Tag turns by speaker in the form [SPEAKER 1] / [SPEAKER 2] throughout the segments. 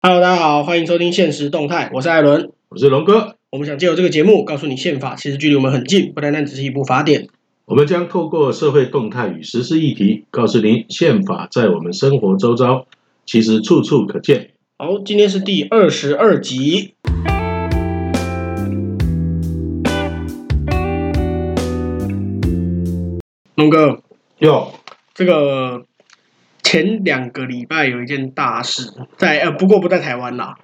[SPEAKER 1] 好，欢迎收听《现实动态》，我是艾伦。
[SPEAKER 2] 我是龙哥，
[SPEAKER 1] 我们想借由这个节目，告诉你宪法其实距离我们很近，不单单只是一部法典。
[SPEAKER 2] 我们将透过社会动态与时事议题，告诉您宪法在我们生活周遭其实处处可见。
[SPEAKER 1] 好，今天是第二十二集。龙哥，
[SPEAKER 2] 哟，
[SPEAKER 1] 这个前两个礼拜有一件大事，在呃，不过不在台湾啦。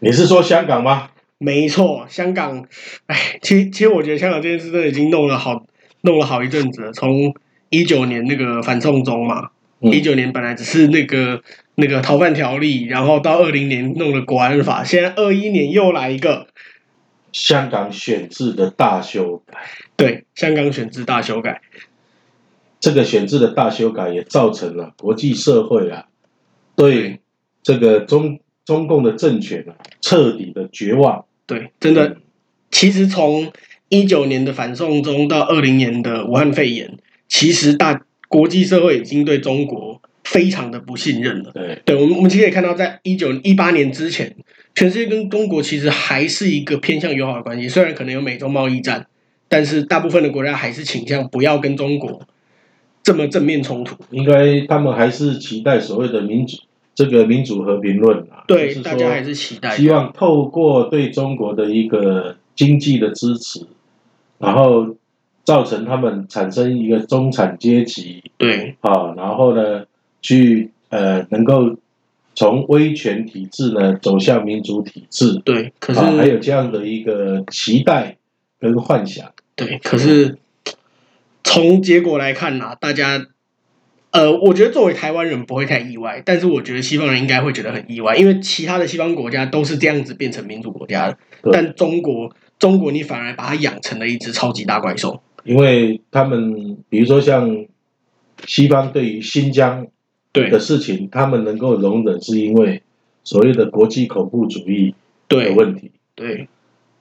[SPEAKER 2] 你是说香港吗？
[SPEAKER 1] 没错，香港，哎，其实其实我觉得香港这件事真的已经弄了好弄了好一阵子了，从一九年那个反送中嘛，
[SPEAKER 2] 嗯
[SPEAKER 1] 一九、年本来只是那个那个逃犯条例，然后到二零年弄了国安法，现在二一年又来一个，
[SPEAKER 2] 香港选制的大修改，
[SPEAKER 1] 对，香港选制大修改，
[SPEAKER 2] 这个选制的大修改也造成了国际社会啊，对这个中中共的政权啊，彻底的绝望。
[SPEAKER 1] 对，真
[SPEAKER 2] 嗯
[SPEAKER 1] 的，其实从一九年的反送中到二零年的武汉肺炎，其实大国际社会已经对中国非常的不信任了。
[SPEAKER 2] 对，
[SPEAKER 1] 对，我们我们其实可以看到，在一九一八年之前，全世界跟中国其实还是一个偏向友好的关系，虽然可能有美中贸易战，但是大部分的国家还是倾向不要跟中国这么正面冲突。
[SPEAKER 2] 应该他们还是期待所谓的民主，这个民主和平论啊，
[SPEAKER 1] 对，
[SPEAKER 2] 就是说
[SPEAKER 1] 大家还是期待的
[SPEAKER 2] 希望透过对中国的一个经济的支持，然后造成他们产生一个中产阶级
[SPEAKER 1] 对
[SPEAKER 2] 啊，然后呢，去呃能够从威权体制呢走向民主体制
[SPEAKER 1] 对，可是、
[SPEAKER 2] 啊，还有这样的一个期待跟幻想。
[SPEAKER 1] 对，可是从结果来看呐、大家。呃，我觉得作为台湾人不会太意外，但是我觉得西方人应该会觉得很意外，因为其他的西方国家都是这样子变成民主国家的，
[SPEAKER 2] 对
[SPEAKER 1] 但中国，中国你反而把它养成了一只超级大怪兽。
[SPEAKER 2] 因为他们比如说像西方对于新疆
[SPEAKER 1] 对
[SPEAKER 2] 的事情，他们能够容忍，是因为所谓的国际恐怖主义的
[SPEAKER 1] 对
[SPEAKER 2] 问题。
[SPEAKER 1] 对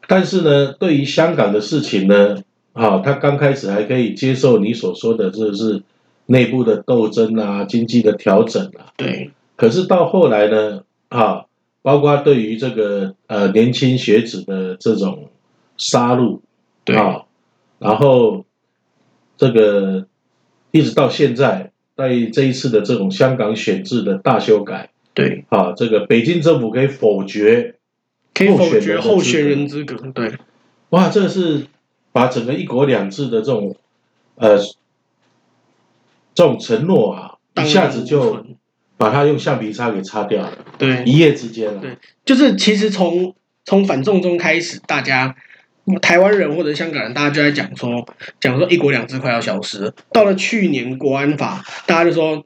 [SPEAKER 2] 但是呢，对于香港的事情呢，啊，他刚开始还可以接受你所说的，就是内部的斗争啊，经济的调整啊。
[SPEAKER 1] 对
[SPEAKER 2] 可是到后来呢，啊，包括对于这个呃年轻学子的这种杀戮
[SPEAKER 1] 对
[SPEAKER 2] 啊，然后这个一直到现在，在这一次的这种香港选制的大修改
[SPEAKER 1] 对，
[SPEAKER 2] 啊，这个北京政府可以否决
[SPEAKER 1] 可以否
[SPEAKER 2] 候选
[SPEAKER 1] 决
[SPEAKER 2] 人的
[SPEAKER 1] 候
[SPEAKER 2] 资
[SPEAKER 1] 选
[SPEAKER 2] 格
[SPEAKER 1] 人资格？对
[SPEAKER 2] 哇，这是把整个一国两制的这种呃这种承诺啊，
[SPEAKER 1] 荡
[SPEAKER 2] 一
[SPEAKER 1] 然
[SPEAKER 2] 下子
[SPEAKER 1] 无
[SPEAKER 2] 就
[SPEAKER 1] 存
[SPEAKER 2] 把它用橡皮擦给擦掉了，
[SPEAKER 1] 对，
[SPEAKER 2] 一夜之间啊了。
[SPEAKER 1] 对就是其实从从反送中开始，大家台湾人或者香港人，大家就在讲说讲说一国两制快要消失了。到了去年国安法，大家就说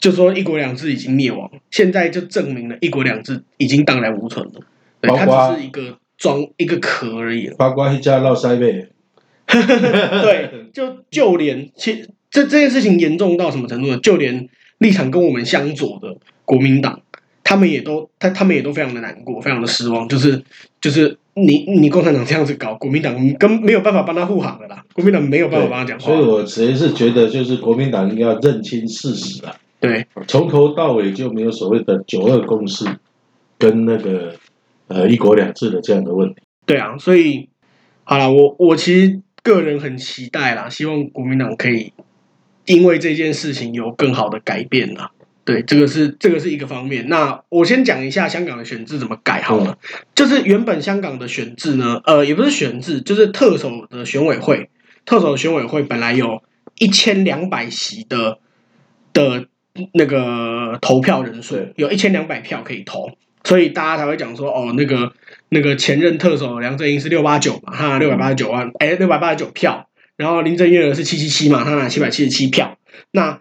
[SPEAKER 1] 就说一国两制已经灭亡，现在就证明了一国两制已经荡然无存了。对，
[SPEAKER 2] 包括
[SPEAKER 1] 它只是一个装一个壳而已了。
[SPEAKER 2] 包括一家绕 塞贝，
[SPEAKER 1] 对，就就连其这这件事情严重到什么程度呢？就连立场跟我们相左的国民党，他们也都他他们也都非常的难过，非常的失望，就是就是你你共产党这样子搞，国民党你根没有办法帮他护航的啦，国民党没有办法帮他讲话，
[SPEAKER 2] 所以我实在是觉得，就是国民党应该要认清事实啊，
[SPEAKER 1] 对
[SPEAKER 2] 从头到尾就没有所谓的九二共识跟那个呃一国两制的这样的问题。
[SPEAKER 1] 对啊，所以好了，我我其实个人很期待啦，希望国民党可以因为这件事情有更好的改变啦。对，这个是这个是一个方面。那我先讲一下香港的选制怎么改好了。就是原本香港的选制呢，呃，也不是选制，就是特首的选委会，特首选委会本来有一千两百席的的那个投票人数
[SPEAKER 2] 对，
[SPEAKER 1] 有一千两百票可以投，所以大家才会讲说，哦，那个那个前任特首梁振英是六八九嘛，他拿六百八十九万，哎，六百八十九票，然后林郑月娥是七七七嘛，他拿七百七十七票。那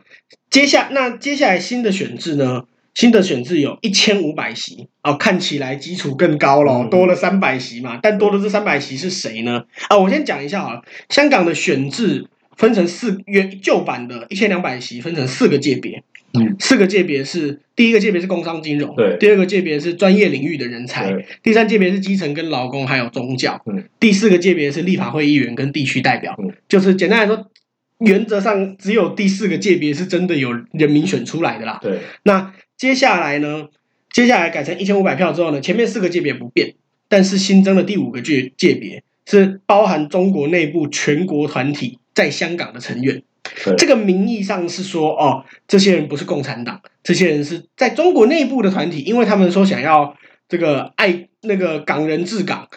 [SPEAKER 1] 接下那接下来新的选制呢？新的选制有一千五百席哦，看起来基础更高咯，
[SPEAKER 2] 嗯
[SPEAKER 1] 多了三百席嘛。但多的这三百席是谁呢？啊，我先讲一下好了。香港的选制分成四原旧版的一千两百席分成四个界别，
[SPEAKER 2] 嗯，
[SPEAKER 1] 四个界别是第一个界别是工商金融，
[SPEAKER 2] 对
[SPEAKER 1] 第二个界别是专业领域的人才，
[SPEAKER 2] 对，
[SPEAKER 1] 第三界别是基层跟劳工还有宗教，
[SPEAKER 2] 嗯，
[SPEAKER 1] 第四个界别是立法会议员跟地区代表，
[SPEAKER 2] 嗯
[SPEAKER 1] 就是简单来说，原则上只有第四个界别是真的有人民选出来的啦。
[SPEAKER 2] 对，
[SPEAKER 1] 那接下来呢，接下来改成一千五百票之后呢，前面四个界别不变，但是新增了第五个界界别是包含中国内部全国团体在香港的成员。
[SPEAKER 2] 对
[SPEAKER 1] 这个名义上是说，哦，这些人不是共产党，这些人是在中国内部的团体，因为他们说想要这个爱那个港人治港，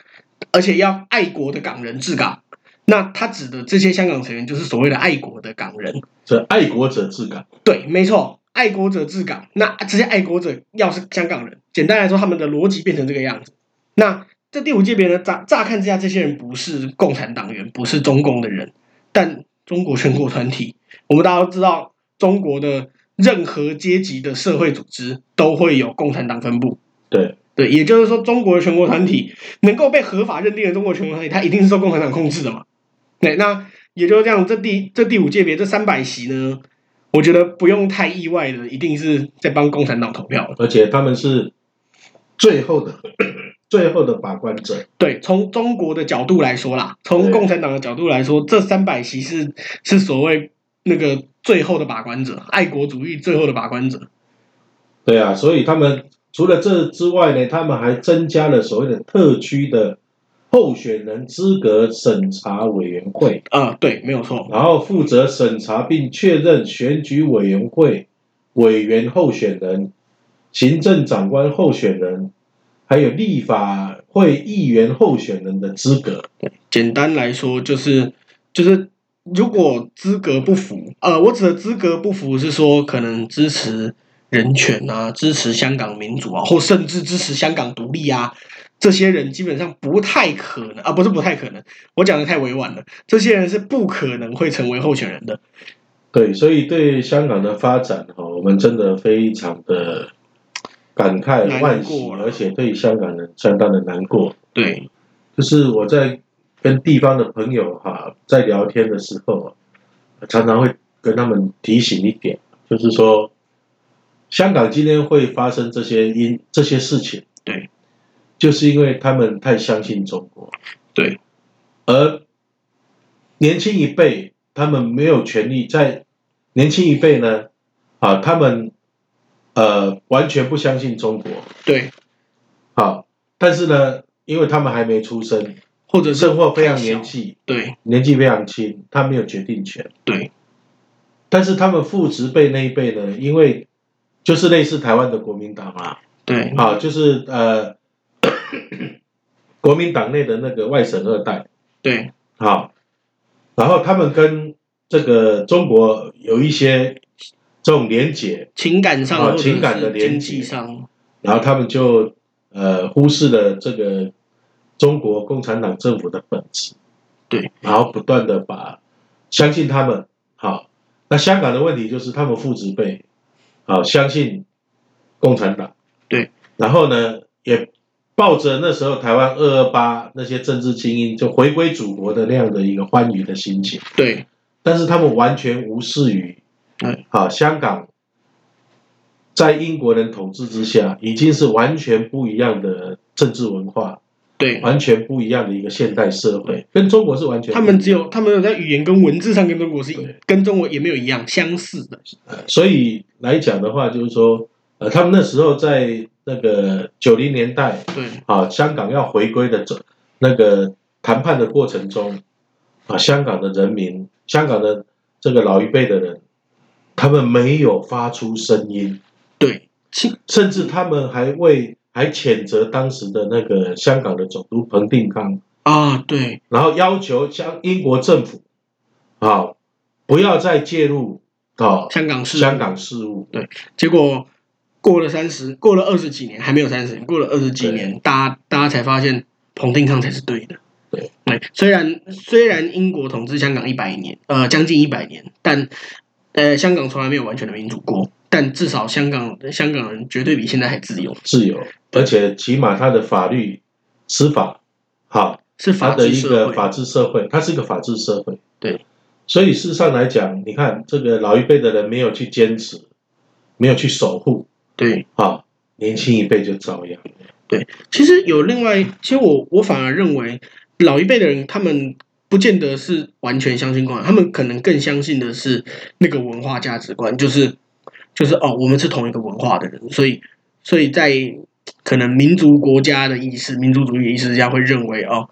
[SPEAKER 1] 而且要爱国的港人治港。那他指的这些香港成员就是所谓的爱国的港人。
[SPEAKER 2] 这爱国者治港，
[SPEAKER 1] 对，没错，爱国者治港。那这些爱国者要是香港人，简单来说，他们的逻辑变成这个样子。那这第五界别呢，乍乍看之下，这些人不是共产党员，不是中共的人，但中国全国团体，我们大家都知道，中国的任何阶级的社会组织都会有共产党分部。
[SPEAKER 2] 对
[SPEAKER 1] 对，也就是说，中国的全国团体能够被合法认定的中国全国团体，它一定是受共产党控制的嘛？对，那也就是这样，这第这第五界别这三百席呢，我觉得不用太意外的，一定是在帮共产党投票了。
[SPEAKER 2] 而且他们是最后的 最后的把关者，
[SPEAKER 1] 对，从中国的角度来说啦，从
[SPEAKER 2] 对
[SPEAKER 1] 共产党的角度来说，这三百席是是所谓那个最后的把关者，爱国主义最后的把关者。
[SPEAKER 2] 对啊，所以他们除了这之外呢，他们还增加了所谓的特区的候选人资格审查委员会，
[SPEAKER 1] 啊、对，没有错。
[SPEAKER 2] 然后负责审查并确认选举委员会委员候选人、行政长官候选人，还有立法会议员候选人的资格。
[SPEAKER 1] 简单来说，就是就是，如果资格不符，呃，我指的资格不符是说可能支持人权啊，支持香港民主啊，或甚至支持香港独立啊，这些人基本上不太可能啊，不是不太可能，我讲的太委婉了，这些人是不可能会成为候选人的。
[SPEAKER 2] 对，所以对香港的发展哈，我们真的非常的感慨
[SPEAKER 1] 难
[SPEAKER 2] 万喜，
[SPEAKER 1] 过了
[SPEAKER 2] 而且对香港人相当的难过。
[SPEAKER 1] 对，
[SPEAKER 2] 就是我在跟地方的朋友哈、在聊天的时候啊，常常会跟他们提醒一点，就是说，香港今天会发生这些因这些事情，
[SPEAKER 1] 对，
[SPEAKER 2] 就是因为他们太相信中国，
[SPEAKER 1] 对，
[SPEAKER 2] 而年轻一辈他们没有权利在年轻一辈呢，啊，他们呃完全不相信中国，
[SPEAKER 1] 对，
[SPEAKER 2] 啊，但是呢，因为他们还没出生，
[SPEAKER 1] 或者是
[SPEAKER 2] 生活非常
[SPEAKER 1] 太小
[SPEAKER 2] 年，纪。
[SPEAKER 1] 对
[SPEAKER 2] 年纪非常轻，他没有决定权。
[SPEAKER 1] 对
[SPEAKER 2] 但是他们父执辈那一辈呢，因为就是类似台湾的国民党啊，
[SPEAKER 1] 对
[SPEAKER 2] 啊，就是呃， 国民党内的那个外省二代
[SPEAKER 1] 对
[SPEAKER 2] 啊，然后他们跟这个中国有一些这种连结，
[SPEAKER 1] 情感上
[SPEAKER 2] 啊
[SPEAKER 1] 或者
[SPEAKER 2] 情感的
[SPEAKER 1] 是
[SPEAKER 2] 连
[SPEAKER 1] 经
[SPEAKER 2] 结
[SPEAKER 1] 济上，
[SPEAKER 2] 然后他们就呃忽视了这个中国共产党政府的本质，
[SPEAKER 1] 对，
[SPEAKER 2] 然后不断的把相信他们，好，那香港的问题就是他们父执辈，好相信共产党，
[SPEAKER 1] 对，
[SPEAKER 2] 然后呢也抱着那时候台湾二二八那些政治精英就回归祖国的那样的一个欢愉的心情，
[SPEAKER 1] 对
[SPEAKER 2] 但是他们完全无视于
[SPEAKER 1] 对，
[SPEAKER 2] 啊，香港在英国人统治之下，已经是完全不一样的政治文化，
[SPEAKER 1] 对，
[SPEAKER 2] 完全不一样的一个现代社会，跟中国是完全
[SPEAKER 1] 他
[SPEAKER 2] 不一
[SPEAKER 1] 们
[SPEAKER 2] 样
[SPEAKER 1] 只有他们在语言跟文字上跟中国是一
[SPEAKER 2] 对
[SPEAKER 1] 跟中国也没有一样相似的，
[SPEAKER 2] 呃所以来讲的话，就是说，呃，他们那时候在那个九零年代
[SPEAKER 1] 对
[SPEAKER 2] 啊，香港要回归的这那个谈判的过程中，啊，香港的人民，香港的这个老一辈的人，他们没有发出声音。
[SPEAKER 1] 对，其
[SPEAKER 2] 甚至他们还为还谴责当时的那个香港的总督彭定康，
[SPEAKER 1] 啊对
[SPEAKER 2] 然后要求香英国政府啊不要再介入啊
[SPEAKER 1] 香港是
[SPEAKER 2] 香，港事务。
[SPEAKER 1] 结果过了三十，过了二十几年还没有三十，过了二十几年，大家大家才发现彭定康才是对的。
[SPEAKER 2] 对
[SPEAKER 1] 对，虽然虽然英国统治香港一百年，呃，将近一百年，但呃，香港从来没有完全的民主过，但至少香港香港人绝对比现在还自由，
[SPEAKER 2] 自由，而且起码他的法律司法好，
[SPEAKER 1] 是
[SPEAKER 2] 它
[SPEAKER 1] 法
[SPEAKER 2] 的
[SPEAKER 1] 治
[SPEAKER 2] 一
[SPEAKER 1] 社
[SPEAKER 2] 个
[SPEAKER 1] 会。
[SPEAKER 2] 法治社会，它是一个法治社会。
[SPEAKER 1] 对，
[SPEAKER 2] 所以事实上来讲，你看这个老一辈的人没有去坚持，没有去守护
[SPEAKER 1] 对，
[SPEAKER 2] 啊，年轻一辈就遭殃。
[SPEAKER 1] 其实有另外，其实我我反而认为老一辈的人，他们不见得是完全相信共产党，他们可能更相信的是那个文化价值观，就是就是哦，我们是同一个文化的人，所以所以在可能民族国家的意识、民族主义的意识之下，会认为哦，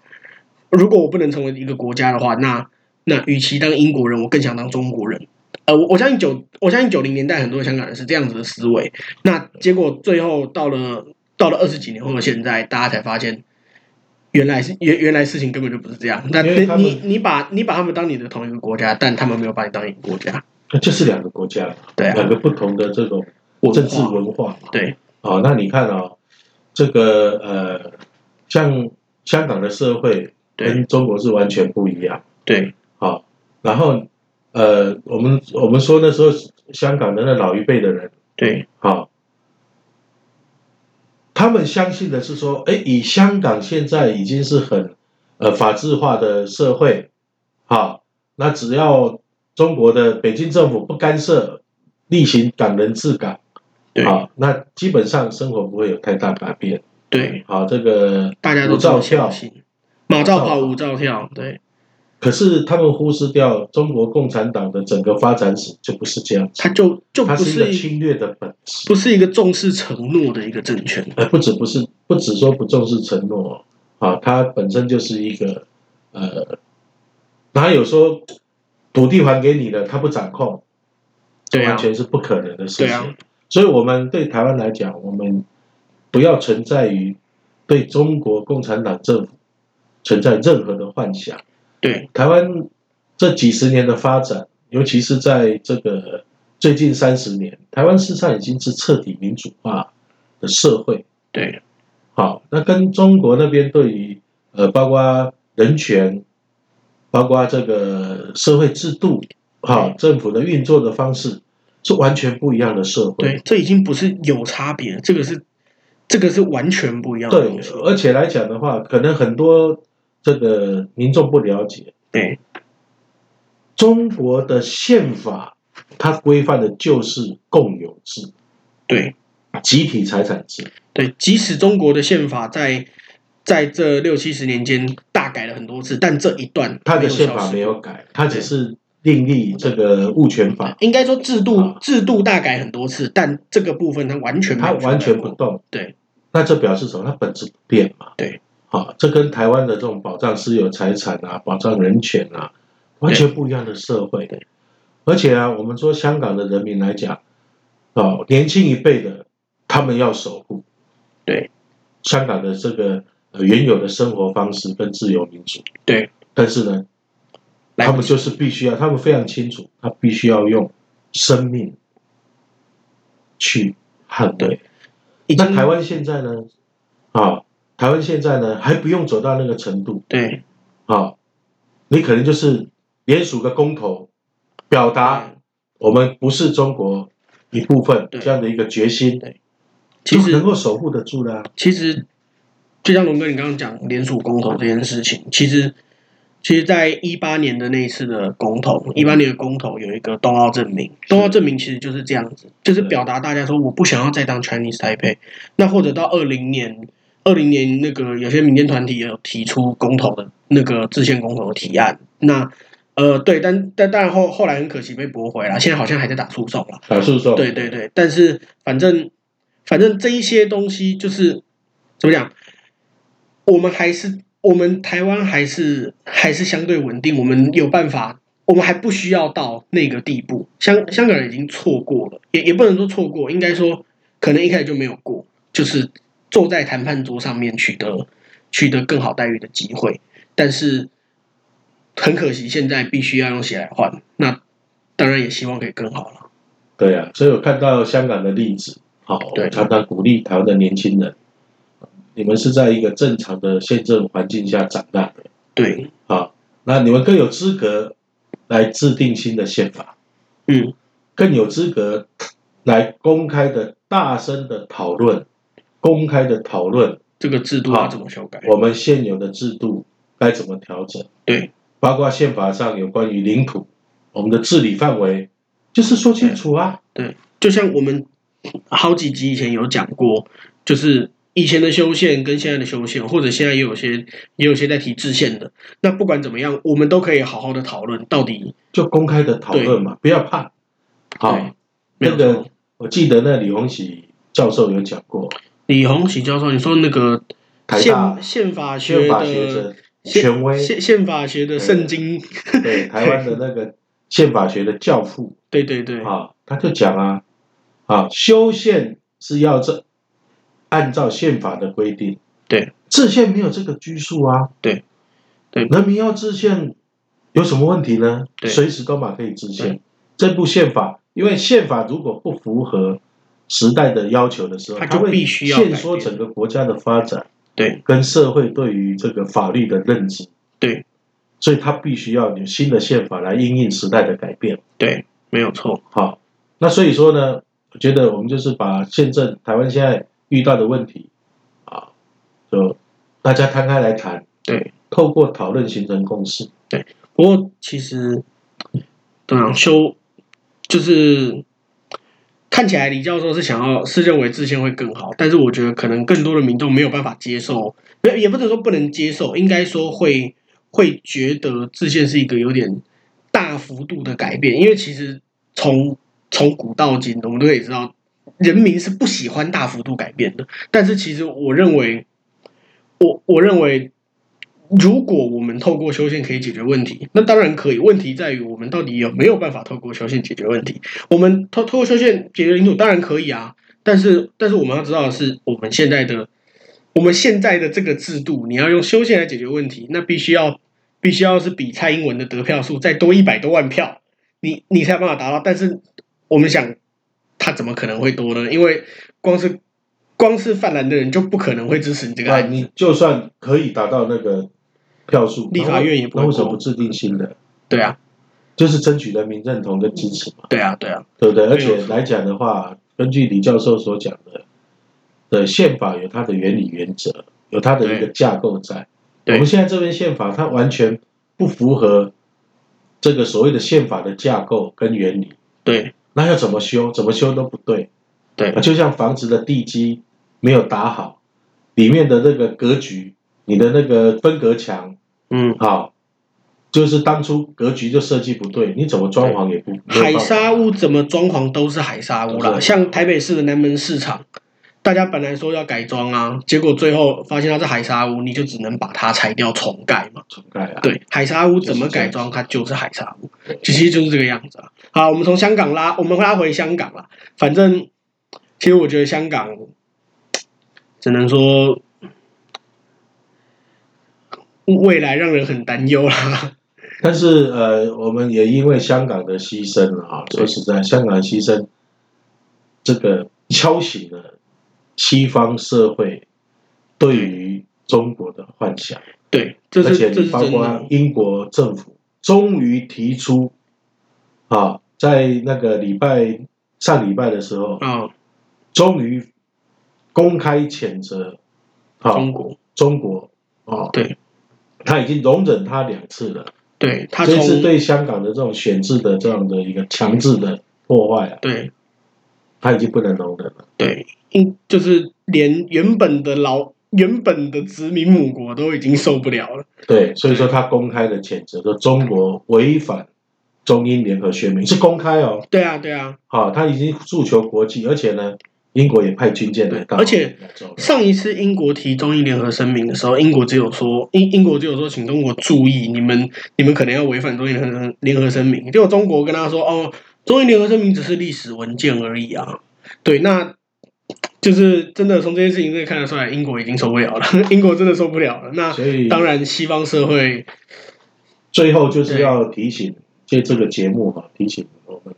[SPEAKER 1] 如果我不能成为一个国家的话，那那与其当英国人，我更想当中国人。呃，我我相信九，我相信九零年代很多香港人是这样子的思维。那结果最后到了到了二十几年后的现在，大家才发现，原来是原原来事情根本就不是这样。但
[SPEAKER 2] 因为他们
[SPEAKER 1] 你你把你把他们当你的同一个国家，但他们没有把你当一个国家。
[SPEAKER 2] 这是两个国家，
[SPEAKER 1] 对啊，
[SPEAKER 2] 两个不同的这种政治文化。
[SPEAKER 1] 对，
[SPEAKER 2] 好、那你看啊、这个呃，像香港的社会
[SPEAKER 1] 对
[SPEAKER 2] 跟中国是完全不一样。
[SPEAKER 1] 对
[SPEAKER 2] 好、然后呃，我们我们说那时候香港的那老一辈的人，
[SPEAKER 1] 对
[SPEAKER 2] 好、他们相信的是说，哎，以香港现在已经是很呃法制化的社会，好、那只要中国的北京政府不干涉，例行港人治港，
[SPEAKER 1] 对
[SPEAKER 2] 好、那基本上生活不会有太大改变。
[SPEAKER 1] 对，
[SPEAKER 2] 好、这个
[SPEAKER 1] 大家都
[SPEAKER 2] 无
[SPEAKER 1] 这么
[SPEAKER 2] 照
[SPEAKER 1] 相
[SPEAKER 2] 跳，
[SPEAKER 1] 信。马照跑，
[SPEAKER 2] 无照
[SPEAKER 1] 舞照跳，对
[SPEAKER 2] 可是他们忽视掉中国共产党的整个发展史就不是这样子，
[SPEAKER 1] 他就就
[SPEAKER 2] 它
[SPEAKER 1] 不
[SPEAKER 2] 是一个
[SPEAKER 1] 是
[SPEAKER 2] 侵略的本质。
[SPEAKER 1] 不是一个重视承诺的一个政权。
[SPEAKER 2] 呃，不止不是，不止说不重视承诺哦啊，它本身就是一个呃，哪有说土地还给你了，他不掌控，
[SPEAKER 1] 对啊
[SPEAKER 2] 完，全是不可能的事
[SPEAKER 1] 对
[SPEAKER 2] 情。
[SPEAKER 1] 啊，
[SPEAKER 2] 所以，我们对台湾来讲，我们不要存在于对中国共产党政府存在任何的幻想。
[SPEAKER 1] 对
[SPEAKER 2] 台湾这几十年的发展，尤其是在这个最近三十年，台湾事实上已经是彻底民主化的社会。
[SPEAKER 1] 对
[SPEAKER 2] 好，那跟中国那边对于呃，包括人权，包括这个社会制度，好、政府的运作的方式是完全不一样的社会。
[SPEAKER 1] 对，这已经不是有差别，这个是这个是完全不一样的
[SPEAKER 2] 对
[SPEAKER 1] 东西。
[SPEAKER 2] 而且来讲的话，可能很多这个民众不了解，
[SPEAKER 1] 对
[SPEAKER 2] 中国的宪法它规范的就是共有制、
[SPEAKER 1] 对
[SPEAKER 2] 集体财产制。
[SPEAKER 1] 对，即使中国的宪法在在这六七十年间大改了很多次，但这一段
[SPEAKER 2] 它的
[SPEAKER 1] 没有
[SPEAKER 2] 宪
[SPEAKER 1] 消
[SPEAKER 2] 法
[SPEAKER 1] 失
[SPEAKER 2] 没有改，它只是另立这个物权法，
[SPEAKER 1] 应该说制度
[SPEAKER 2] 啊
[SPEAKER 1] 制度大改很多次，但这个部分它完全没
[SPEAKER 2] 它
[SPEAKER 1] 有修
[SPEAKER 2] 完全
[SPEAKER 1] 改过
[SPEAKER 2] 不动。
[SPEAKER 1] 对
[SPEAKER 2] 那这表示什么？它本质不变嘛。
[SPEAKER 1] 对，
[SPEAKER 2] 好、这跟台湾的这种保障私有财产啊、保障人权啊，完全不一样的社会
[SPEAKER 1] 对。
[SPEAKER 2] 而且啊，我们说香港的人民来讲，哦，年轻一辈的他们要守护
[SPEAKER 1] 对
[SPEAKER 2] 香港的这个呃原有的生活方式跟自由民主，
[SPEAKER 1] 对，
[SPEAKER 2] 但是呢，
[SPEAKER 1] 来
[SPEAKER 2] 他们
[SPEAKER 1] 不及
[SPEAKER 2] 就是必须要，他们非常清楚，他必须要用生命去捍卫
[SPEAKER 1] 对。已
[SPEAKER 2] 那
[SPEAKER 1] 经
[SPEAKER 2] 台湾现在呢？啊，台湾现在呢还不用走到那个程度
[SPEAKER 1] 对
[SPEAKER 2] 啊，你可能就是联署个公投，表达我们不是中国一部分
[SPEAKER 1] 对
[SPEAKER 2] 这样的一个决心，
[SPEAKER 1] 对其
[SPEAKER 2] 就
[SPEAKER 1] 实
[SPEAKER 2] 能够守护得住啦、
[SPEAKER 1] 其实，就像龙哥你刚刚讲联署公投这件事情，其实，其实，在一八年的那一次的公投，一八年的公投有一个冬奥证明，冬奥证明其实就是这样子，就是表达大家说我不想要再当 Chinese Taipei。那或者到二零年，二零年那个有些民间团体也有提出公投的那个制宪公投的提案，那。呃，对，但但当然后后来很可惜被驳回了，现在好像还在打诉讼了。
[SPEAKER 2] 打诉讼
[SPEAKER 1] 对对对，但是反正反正这一些东西就是怎么讲，我们还是我们台湾还是还是相对稳定，我们有办法，我们还不需要到那个地步。香香港人已经错过了，也也不能说错过，应该说可能一开始就没有过，就是坐在谈判桌上面取得取得更好待遇的机会，但是很可惜，现在必须要用血来换。那当然也希望可以更好了。
[SPEAKER 2] 对啊，所以我看到香港的例子，好，
[SPEAKER 1] 对
[SPEAKER 2] 我常常鼓励台湾的年轻人，你们是在一个正常的宪政环境下长大的，
[SPEAKER 1] 对，
[SPEAKER 2] 啊，那你们更有资格来制定新的宪法，
[SPEAKER 1] 嗯。
[SPEAKER 2] 更有资格来公开的、大声的讨论，公开的讨论
[SPEAKER 1] 这个制度要怎么修改？
[SPEAKER 2] 我们现有的制度该怎么调整，
[SPEAKER 1] 对
[SPEAKER 2] 包括宪法上有关于领土、我们的治理范围，就是说清楚啊。
[SPEAKER 1] 对，就像我们好几集以前有讲过，就是以前的修宪跟现在的修宪，或者现在也有些也有些在提制宪的。那不管怎么样，我们都可以好好的讨论到底
[SPEAKER 2] 就公开的讨论嘛，不要怕。好
[SPEAKER 1] 对，没有
[SPEAKER 2] 那个
[SPEAKER 1] 错，
[SPEAKER 2] 我记得那李鸿喜教授有讲过，
[SPEAKER 1] 李红喜教授，你说那个
[SPEAKER 2] 台大
[SPEAKER 1] 宪宪法学
[SPEAKER 2] 宪法学
[SPEAKER 1] 的
[SPEAKER 2] 者
[SPEAKER 1] 宪
[SPEAKER 2] 权威，
[SPEAKER 1] 宪宪法学的圣经，
[SPEAKER 2] 对台湾的那个宪法学的教父，
[SPEAKER 1] 对对对，
[SPEAKER 2] 啊，他就讲啊，啊，修宪是要这按照宪法的规定，
[SPEAKER 1] 对，
[SPEAKER 2] 制宪没有这个拘束啊，
[SPEAKER 1] 对，对
[SPEAKER 2] 人民要制宪有什么问题呢？
[SPEAKER 1] 对
[SPEAKER 2] 随时都嘛可以制宪
[SPEAKER 1] 对。
[SPEAKER 2] 这部宪法，因为宪法如果不符合时代的要求的时候，
[SPEAKER 1] 它
[SPEAKER 2] 它
[SPEAKER 1] 就必须要
[SPEAKER 2] 会
[SPEAKER 1] 改
[SPEAKER 2] 限缩
[SPEAKER 1] 变
[SPEAKER 2] 整个国家的发展
[SPEAKER 1] 对
[SPEAKER 2] 跟社会对于这个法律的认知，
[SPEAKER 1] 对
[SPEAKER 2] 所以它必须要有新的宪法来应应时代的改变。
[SPEAKER 1] 对，没有错，
[SPEAKER 2] 好，那所以说呢，我觉得我们就是把宪政台湾现在遇到的问题啊，就大家摊开来谈，
[SPEAKER 1] 对。
[SPEAKER 2] 透过讨论形成共识。
[SPEAKER 1] 不过其实，对啊，修就是看起来李教授是想要是认为自宪会更好，但是我觉得可能更多的民众没有办法接受，也也不能说不能接受，应该说会会觉得自宪是一个有点大幅度的改变，因为其实从从古到今，我们都可以知道，人民是不喜欢大幅度改变的。但是其实我认为，我我认为，如果我们透过修宪可以解决问题，那当然可以。问题在于我们到底有没有办法透过修宪解决问题？我们透透过修宪解决领土当然可以啊，但是但是我们要知道的是，我们现在的我们现在的这个制度，你要用修宪来解决问题，那必须要必须要是比蔡英文的得票数再多一百多万票，你你才有办法达到。但是我们想，他怎么可能会多呢？因为光是光是泛蓝的人就不可能会支持你这个
[SPEAKER 2] 那
[SPEAKER 1] 案子。
[SPEAKER 2] 你就算可以达到那个票数，
[SPEAKER 1] 立法院也不
[SPEAKER 2] 那
[SPEAKER 1] 会
[SPEAKER 2] 为什么
[SPEAKER 1] 过
[SPEAKER 2] 不制定新的？
[SPEAKER 1] 对啊，
[SPEAKER 2] 就是争取人民认同跟支持嘛，
[SPEAKER 1] 对啊，对啊，
[SPEAKER 2] 对不对？而
[SPEAKER 1] 没有
[SPEAKER 2] 且
[SPEAKER 1] 错
[SPEAKER 2] 来讲的话，根据李教授所讲的，的宪法有它的原理原则，有它的一个
[SPEAKER 1] 对
[SPEAKER 2] 架构在。我
[SPEAKER 1] 对
[SPEAKER 2] 们现在这边宪法，它完全不符合这个所谓的宪法的架构跟原理，
[SPEAKER 1] 对
[SPEAKER 2] 那要怎么修，怎么修都不对。
[SPEAKER 1] 对
[SPEAKER 2] 啊就像房子的地基没有打好，里面的那个格局，你的那个分隔墙，
[SPEAKER 1] 嗯，
[SPEAKER 2] 好，就是当初格局就设计不对，你怎么装潢也不没有办
[SPEAKER 1] 海
[SPEAKER 2] 法
[SPEAKER 1] 沙屋怎么装潢都是海沙屋
[SPEAKER 2] 都
[SPEAKER 1] 啦，
[SPEAKER 2] 是
[SPEAKER 1] 像台北市的南门市场，大家本来说要改装啊，结果最后发现它是海沙屋，你就只能把它拆掉重盖嘛。
[SPEAKER 2] 重盖啊。
[SPEAKER 1] 对，海沙屋怎么改装，它就是海沙屋，其实就是这个样子啊。好，我们从香港拉，我们拉回香港啦。反正，其实我觉得香港，只能说未来让人很担忧啦。
[SPEAKER 2] 但是呃，我们也因为香港的牺牲啊，说
[SPEAKER 1] 对
[SPEAKER 2] 实在，香港的牺牲，这个敲醒了西方社会对于中国的幻想，
[SPEAKER 1] 对，这
[SPEAKER 2] 而且
[SPEAKER 1] 是这
[SPEAKER 2] 你
[SPEAKER 1] 是
[SPEAKER 2] 包
[SPEAKER 1] 真
[SPEAKER 2] 括
[SPEAKER 1] 的。
[SPEAKER 2] 英国政府终于提出啊，在那个礼拜上礼拜的时候，
[SPEAKER 1] 啊、
[SPEAKER 2] 终于公开谴责啊
[SPEAKER 1] 中国，
[SPEAKER 2] 中国啊，
[SPEAKER 1] 对，
[SPEAKER 2] 他已经容忍他两次了。
[SPEAKER 1] 对他
[SPEAKER 2] 这
[SPEAKER 1] 从
[SPEAKER 2] 次对香港的这种选制的这样的一个强制的破坏啊，
[SPEAKER 1] 对
[SPEAKER 2] 他已经不能容忍了。
[SPEAKER 1] 对，因就是连原本的老原本的殖民母国都已经受不了了。
[SPEAKER 2] 对，所以说他公开的谴责说中国违反中英联合宣明是公开哦，
[SPEAKER 1] 对啊，对啊，
[SPEAKER 2] 好、他已经诉求国际，而且呢，英国也派军舰来到
[SPEAKER 1] 对而且
[SPEAKER 2] 亚洲了
[SPEAKER 1] 上一次英国提中英联合声明的时候，英国只有说英英国只有说，请中国注意，你们你们可能要违反中英联合联合声明。结果中国跟他说，哦，中英联合声明只是历史文件而已啊。对，那就是真的从这件事情可以看得出来，英国已经受不了了， 英国真的受不了了。那
[SPEAKER 2] 所以
[SPEAKER 1] 当然，西方社会
[SPEAKER 2] 最后就是要提醒，借这个节目哈、提醒我们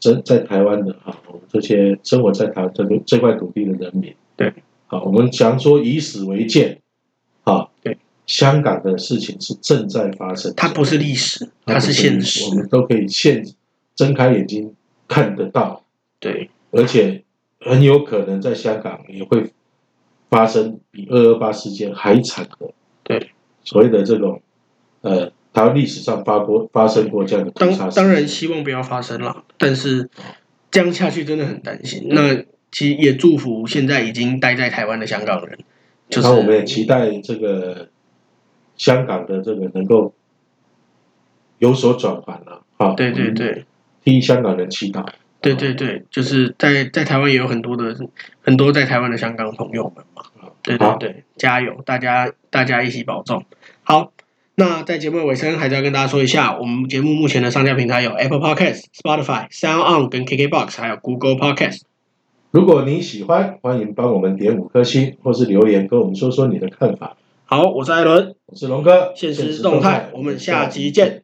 [SPEAKER 2] 真在台湾的啊，我们这些生活在台湾这个这块土地的人民，
[SPEAKER 1] 对，
[SPEAKER 2] 好、我们常说以史为鉴，啊，
[SPEAKER 1] 对，
[SPEAKER 2] 香港的事情是正在发生的，
[SPEAKER 1] 它不是历史，它
[SPEAKER 2] 它不
[SPEAKER 1] 是
[SPEAKER 2] 是
[SPEAKER 1] 现
[SPEAKER 2] 历
[SPEAKER 1] 实
[SPEAKER 2] 我。们都可以现睁开眼睛看得到，
[SPEAKER 1] 对
[SPEAKER 2] 而且很有可能在香港也会发生比二二八事件还惨的
[SPEAKER 1] 对，
[SPEAKER 2] 所谓的这种呃，台湾历史上发过发生过这样的
[SPEAKER 1] 当
[SPEAKER 2] 屠杀事件
[SPEAKER 1] 当然希望不要发生了，但是这样下去真的很担心。那其实也祝福现在已经待在台湾的香港人，就
[SPEAKER 2] 然后我们也
[SPEAKER 1] 是
[SPEAKER 2] 期待这个香港的这个能够有所转换了啊，
[SPEAKER 1] 对对
[SPEAKER 2] 我们
[SPEAKER 1] 对
[SPEAKER 2] 替香港人祈祷。
[SPEAKER 1] 对对对，就是在在台湾也有很多的很多在台湾的香港朋友们嘛
[SPEAKER 2] 嗯。
[SPEAKER 1] 对
[SPEAKER 2] 好
[SPEAKER 1] 对对，加油，大家大家一起保重。好，那在节目的尾声，还是要跟大家说一下，我们节目目前的上架平台有 Apple Podcast、Spotify、Sound On 跟 KKBox，还有 Google Podcast。
[SPEAKER 2] 如果您喜欢，欢迎帮我们点五颗星，或是留言跟我们说说你的看法。
[SPEAKER 1] 好，我是艾伦，
[SPEAKER 2] 我是龙哥，
[SPEAKER 1] 现实动态我们下集见，